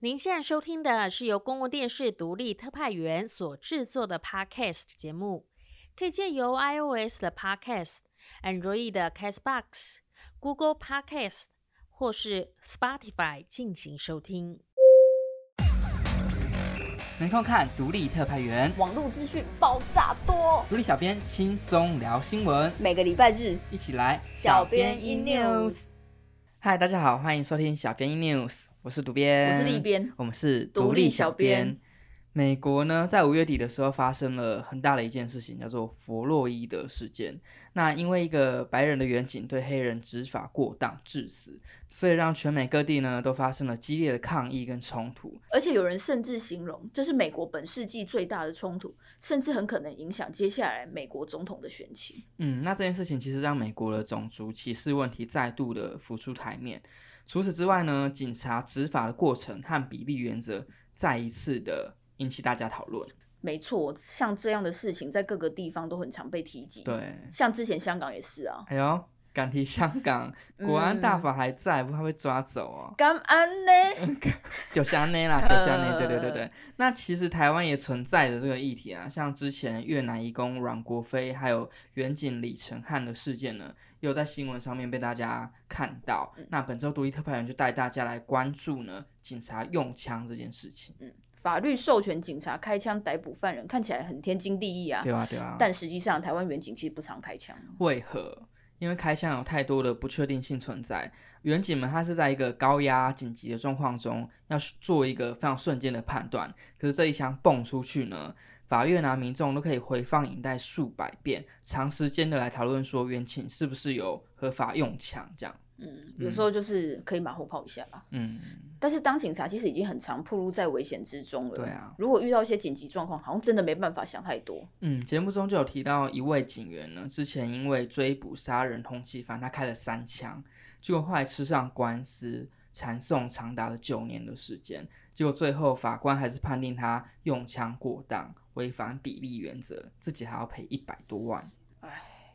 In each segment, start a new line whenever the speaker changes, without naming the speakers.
您现在收听的是由公共电视独立特派员所制作的 Podcast 节目，可以借由 iOS 的 Podcast、Android 的 Castbox、Google Podcast 或是 Spotify 进行收听。
没空看独立特派员，
网络资讯爆炸多，
独立小编轻松聊新闻，
每个礼拜日，
一起来
小编 in news。
嗨，大家好，欢迎收听小编 in news，我是独编，
我是立编
我们是
独立小编。
美国呢，在五月底的时候发生了很大的一件事情，叫做弗洛伊德事件。那因为一个白人的远警对黑人执法过当致死，所以让全美各地呢都发生了激烈的抗议跟冲突。
而且有人甚至形容这是美国本世纪最大的冲突，甚至很可能影响接下来美国总统的选情。
嗯，那这件事情其实让美国的种族歧视问题再度的浮出台面。除此之外呢，警察执法的过程和比例原则再一次的引起大家讨论。
没错，像这样的事情在各个地方都很常被提及。，
对，
像之前香港也是啊。
哎呦，敢提香港，国安大
嗯
法还在，不怕被抓走哦。
感恩 呢？
九香内啦，九香内，对对对
呃
对。那其实台湾也存在着这个议题啊，像之前越南移工阮国飞，还有远景李承汉的事件呢，也有在新闻上面被大家看到。
嗯
那本周独立特派员就带大家来关注呢，警察用枪这件事情，
法律授权警察开枪逮捕犯人，看起来很天经地义啊。
对啊对啊。
但实际上，台湾远警其实不常开枪。
为何？因为开枪有太多的不确定性存在，远景们他是在一个高压紧急的状况中，要做一个非常瞬间的判断。可是这一枪蹦出去呢，法院啊、民众都可以回放影带数百遍，长时间的来讨论说远景是不是有合法用枪这样。
嗯，有时候就是可以马后炮一下吧。
嗯，
但是当警察其实已经很常暴露在危险之中了。
对啊，
如果遇到一些紧急状况，好像真的没办法想太多。
嗯，节目中就有提到一位警员呢，之前因为追捕杀人通缉犯，他开了三枪，结果后来吃上官司，缠讼长达了九年的时间，结果最后法官还是判定他用枪过当，违反比例原则，自己还要赔一百多万。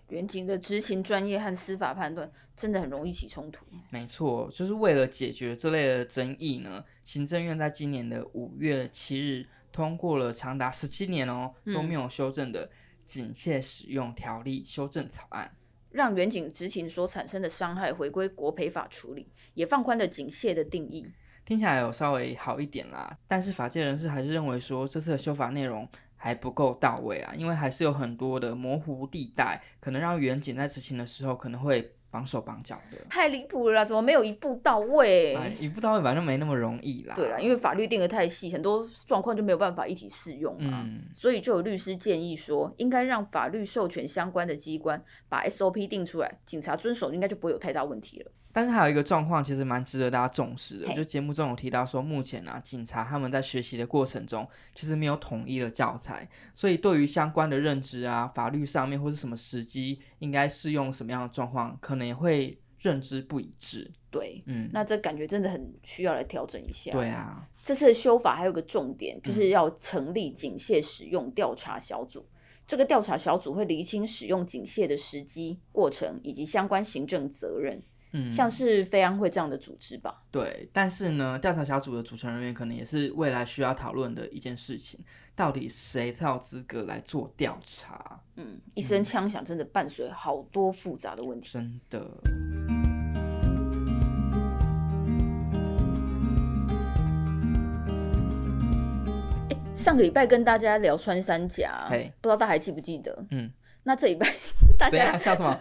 远警的执勤专业和司法判断真的很容易起冲突。
没错，就是为了解决这类的争议呢，行政院在今年的五月七日通过了长达十七年哦
嗯
都没有修正的《警械使用条例修正草案》。
让远警执勤所产生的伤害回归国赔法处理，也放宽了警械的定义。
听起来有稍微好一点啦，但是法界人士还是认为说这次的修法内容还不够到位啊，因为还是有很多的模糊地带，可能让远景在执行的时候可能会绑手绑脚的。
太离谱了啦，怎么没有一步到位？
哎，一步到位反正没那么容易啦。
对啦，因为法律定得太细，很多状况就没有办法一体适用啊。
嗯，
所以就有律师建议说，应该让法律授权相关的机关把 SOP 定出来，警察遵守应该就不会有太大问题了。
但是还有一个状况，其实蛮值得大家重视的。
嘿
就节目中有提到说，目前啊，警察他们在学习的过程中，其实没有统一的教材，所以对于相关的认知啊、法律上面或是什么时机应该适用什么样的状况，可能也会认知不一致。
对，
嗯，
那这感觉真的很需要来调整一下。
对，嗯啊，
这次的修法还有个重点，就是要成立警械使用调查小组。这个调查小组会厘清使用警械的时机、过程以及相关行政责任，
嗯，
像是飞安会这样的组织吧。
对，但是呢，调查小组的组成人员可能也是未来需要讨论的一件事情，到底谁才有资格来做调查？
嗯，一声枪响真的伴随好多复杂的问题。
真的，
诶上个礼拜跟大家聊穿山甲，不
嘿
知道大家还记不记得？
嗯，
那这礼拜 大
怎样
家
笑什 么？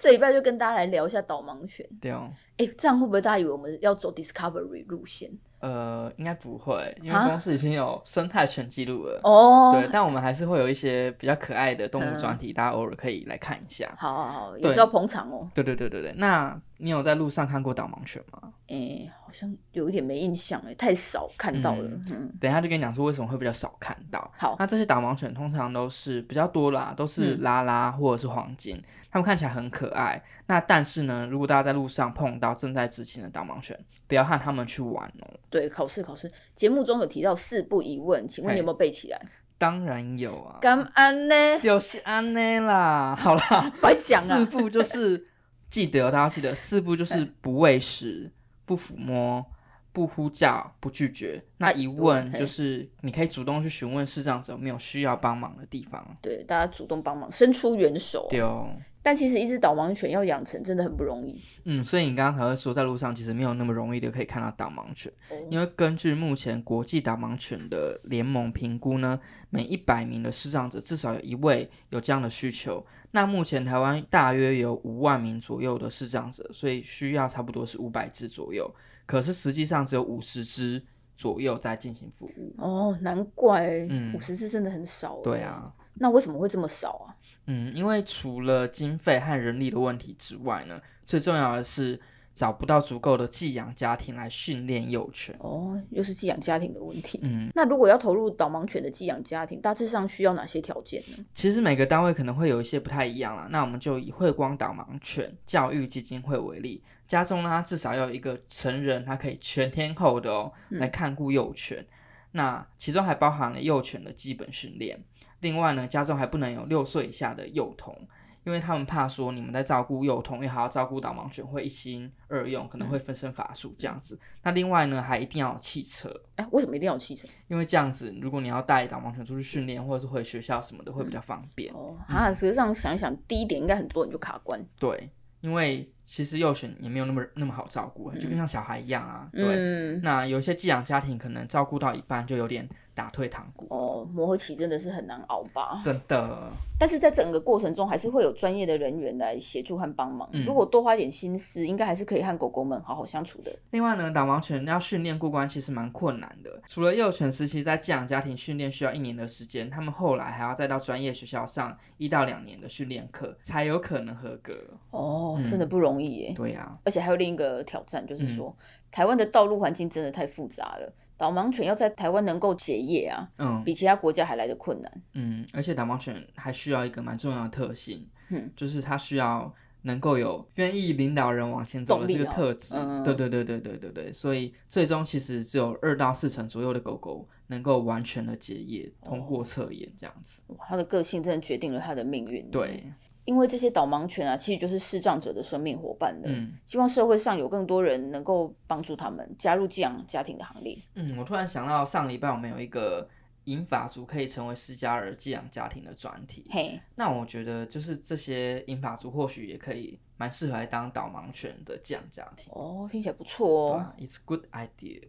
这礼拜就跟大家来聊一下导盲犬。
对哦，
哎、这样会不会大家以为我们要走 Discovery 路线？
呃，应该不会，因为
啊
公司已经有生态圈记录了。
哦，
对，但我们还是会有一些比较可爱的动物专题，大家偶尔可以来看一下。
好好好，也
对
是要捧场哦。
对对对对对，那你有在路上看过导盲犬吗？
哎、好像有一点没印象哎，太少看到了。嗯，
等一下就跟你讲说为什么会比较少看到。
好
那这些导盲犬通常都是比较多啦，都是
嗯
拉拉或者是黄金，它、们看起来很可爱。那但是呢，如果大家在路上碰到正在执勤的导盲犬，不要和它们去玩哦。
对，考试考试，节目中有提到四不疑问，请问你有没有背起来？
当然有啊，
感恩呢？
就是安内啦。好啦，
白讲
四
啊！
步就是记得哦，大家记得四步就是不喂食、不抚摸、不呼叫、不拒绝，那一
嗯
问
，OK
就是你可以主动去询问视障者有没有需要帮忙的地方。
对，大家主动帮忙，伸出援手啊、
对哦，
但其实一只导盲犬要养成真的很不容易。
嗯，所以你刚刚才会说，在路上其实没有那么容易的可以看到导盲犬，因为根据目前国际导盲犬的联盟评估呢，每一百名的视障者至少有一位有这样的需求。那目前台湾大约有五万名左右的视障者，所以需要差不多是五百只左右，可是实际上只有五十只左右在进行服务。
哦，难怪
嗯
五十只真的很少、欸。
对啊，，
那为什么会这么少啊？
嗯，因为除了经费和人力的问题之外呢，最重要的是找不到足够的寄养家庭来训练幼犬。
哦，又是寄养家庭的问题。
嗯，
那如果要投入导盲犬的寄养家庭，大致上需要哪些条件呢？
其实每个单位可能会有一些不太一样啦。那我们就以慧光导盲犬教育基金会为例，家中呢它至少要有一个成人，他可以全天候的哦
嗯
来看顾幼犬。那其中还包含了幼犬的基本训练。另外呢，家中还不能有六岁以下的幼童，因为他们怕说你们在照顾幼童，又还要照顾导盲犬，会一心二用，可能会分身乏术这样子。那另外呢，还一定要有汽车，
哎，为什么一定要有汽车？
因为这样子，如果你要带导盲犬出去训练，或者是回学校什么的，会比较方便。
哦，啊，实际上想一想，第一点应该很多人就卡关。
对，因为其实幼犬也没有那么那么好照顾，就跟像小孩一样啊。对，
嗯，
那有一些寄养家庭可能照顾到一半就有点打退堂鼓，
哦，磨合期真的是很难熬吧？
真的。
但是在整个过程中，还是会有专业的人员来协助和帮忙。
嗯
如果多花点心思，应该还是可以和狗狗们好好相处的。
另外呢，导盲犬要训练过关其实蛮困难的。除了幼犬时期在寄养家庭训练需要一年的时间，他们后来还要再到专业学校上一到两年的训练课，才有可能合格。
哦，
嗯
真的不容易耶。
对啊嗯呀、
而且还有另一个挑战，就是说、台湾的道路环境真的太复杂了，导盲犬要在台湾能够结业啊，
啊，嗯，
比其他国家还来的困难。
嗯，而且导盲犬还需要一个蛮重要的特性，
嗯
就是它需要能够有愿意领导人往前走的
动力
这个
哦
特质。
嗯
对对对对对对对，所以最终其实只有二到四成左右的狗狗能够完全的结业，通
哦
过测验这样子。
哇它的个性真的决定了它的命运。，
对，
因为这些导盲犬啊，其实就是视障者的生命伙伴的。
嗯
希望社会上有更多人能够帮助他们加入寄养家庭的行列。
嗯，我突然想到上礼拜我们有一个。银发族可以成为施加尔寄养家庭的专题，
嘿，
那我觉得就是这些银发族或许也可以蛮适合来当导盲犬的寄养家庭。
哦，听起来不错
对
哦。
啊，It's good idea。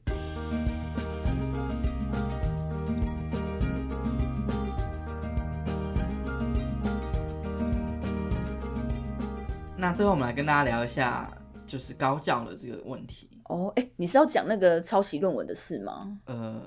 那最后我们来跟大家聊一下，就是高教的这个问题。
哦，哎，你是要讲那个抄袭论文的事吗？
呃，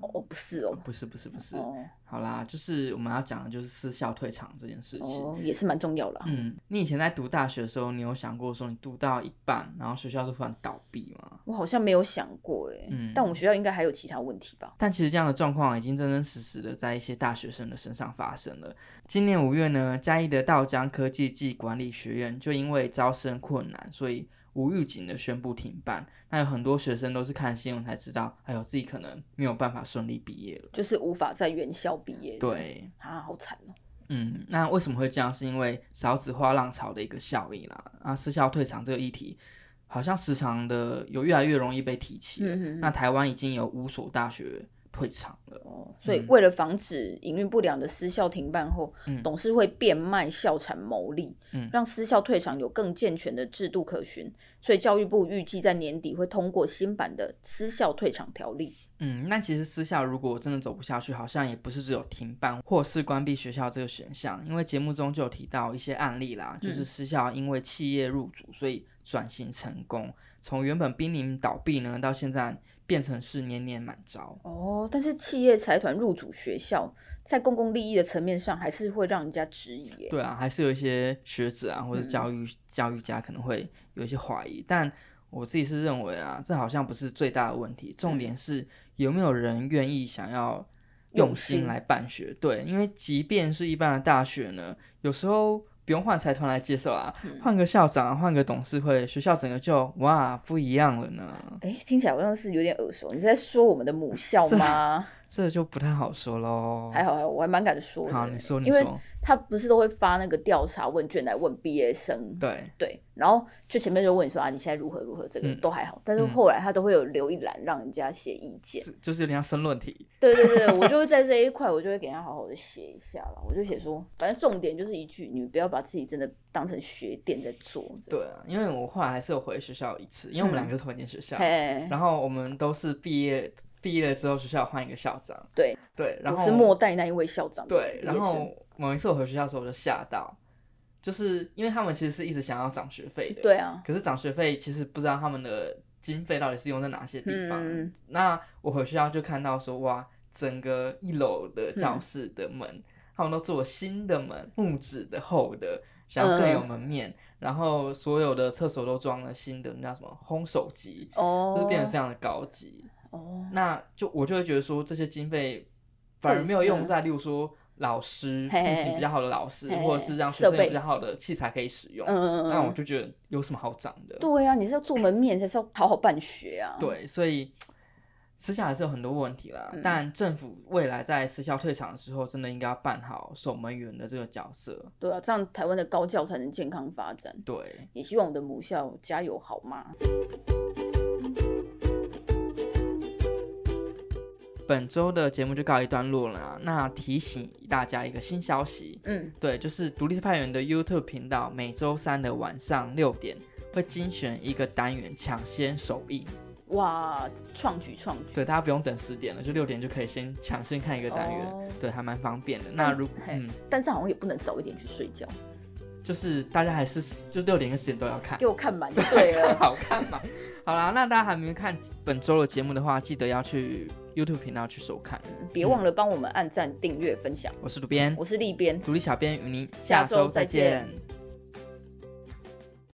哦，不是哦。
不是，不是，不是。
哦
好啦，就是我们要讲的就是私校退场这件事情。
哦，也是蛮重要啦。
嗯，你以前在读大学的时候，你有想过说你读到一半，然后学校就突然倒闭吗？
我好像没有想过哎、
嗯
但我们学校应该还有其他问题吧？
但其实这样的状况已经真真实实的在一些大学生的身上发生了。今年五月呢，嘉义的道江科技暨管理学院就因为招生困难，所以无预警的宣布停办。那有很多学生都是看新闻才知道，哎呦，自己可能没有办法顺利毕业了。
就是无法在原校毕业。，
对，
啊，好惨哦。
嗯，那为什么会这样？是因为少子化浪潮的一个效应啦。啊，私校退场这个议题，好像时常的有越来越容易被提起了。
嗯
那台湾已经有五所大学退场了。
哦，所以
嗯
为了防止营运不良的私校停办后，
嗯
董事会变卖校产牟利，
嗯
让私校退场有更健全的制度可循。所以教育部预计在年底会通过新版的私校退场条例。
嗯，那其实私校如果真的走不下去，好像也不是只有停办或是关闭学校这个选项，因为节目中就有提到一些案例啦，就是
嗯
私校因为企业入主，所以转型成功，从原本濒临倒闭呢，到现在变成是年年满招。
哦，但是企业财团入主学校，在公共利益的层面上，还是会让人家质疑耶。
对啊，还是有一些学者啊，或者
嗯
教育、教育家可能会有一些怀疑，但我自己是认为啊，这好像不是最大的问题，重点是有没有人愿意想要用
嗯用
心
心
来办学。对，因为即便是一般的大学呢，有时候不用换财团来接受啊，
嗯
换个校长啊，换个董事会，学校整个就哇不一样了呢，
哎，听起来好像是有点耳熟。你是在说我们的母校
是
吗？
这就不太好说喽。
还好，还好，我还蛮敢说的。
好，你说，你
因为
说，
他不是都会发那个调查问卷来问毕业生，
对，
对，然后就前面就问你说啊，你现在如何如何，这个
嗯
都还好，但是
嗯
后来他都会有留一栏让人家写意见，
是就是有点像申论题，
对对对，我就会在这一块，我就会给他好好的写一下了，我就写说，反正重点就是一句，你不要把自己真的当成学店在做，
对啊，因为我后来还是有回学校一次，因为我们两
嗯
个是同一间学校，
嘿，
然后我们都是毕业毕业了之后学校换一个校长，
对
对，然后
我是末代那一位校长的
对，
毕业
然
生，
后某一次我回学校的时候我就吓到，就是因为他们其实是一直想要涨学费的，
对啊，
可是涨学费其实不知道他们的经费到底是用在哪些地方。
嗯
那我回学校就看到说，哇，整个一楼的
嗯
教室的门，他们都做新的门，木质的、厚的，想
嗯
要更有门面。然后所有的厕所都装了新的那叫什么烘手机，
哦，
就是变得非常的高级。
哦，
那就我就会觉得说，这些经费反而没有用在，例如说老师
嗯嘿
聘请比较好的老师，
嘿
或者是让学生
设
有
备
比较好的器材可以使用。
嗯，
那我就觉得有什么好涨的？
对啊，你是要做门面才是要好好办学啊，，
对，所以私校还是有很多问题啦。
嗯
但政府未来在私校退场的时候，真的应该要办好守门员的这个角色。
对啊，这样台湾的高教才能健康发展。
对，
也希望我的母校加油好吗？
本周的节目就告一段落了啊。那提醒大家一个新消息，
嗯，
对，就是独立特派员的 YouTube 频道，每周三的晚上六点会精选一个单元抢先首映。
哇，创举创举，
对，大家不用等十点了，就六点就可以先抢先看一个单元。
哦
对，还蛮方便的。那
嗯
如
嘿
嗯，
但这好像也不能早一点去睡觉，
就是大家还是就六点跟十点都要看
给。我看满就对 了。
好看嘛。好啦，那大家还没看本周的节目的话，记得要去 YouTube 频道去收看。
别忘了帮我们按赞、订阅、分享。
我是主编，
我是立边，
独立小编与您
下周再见
见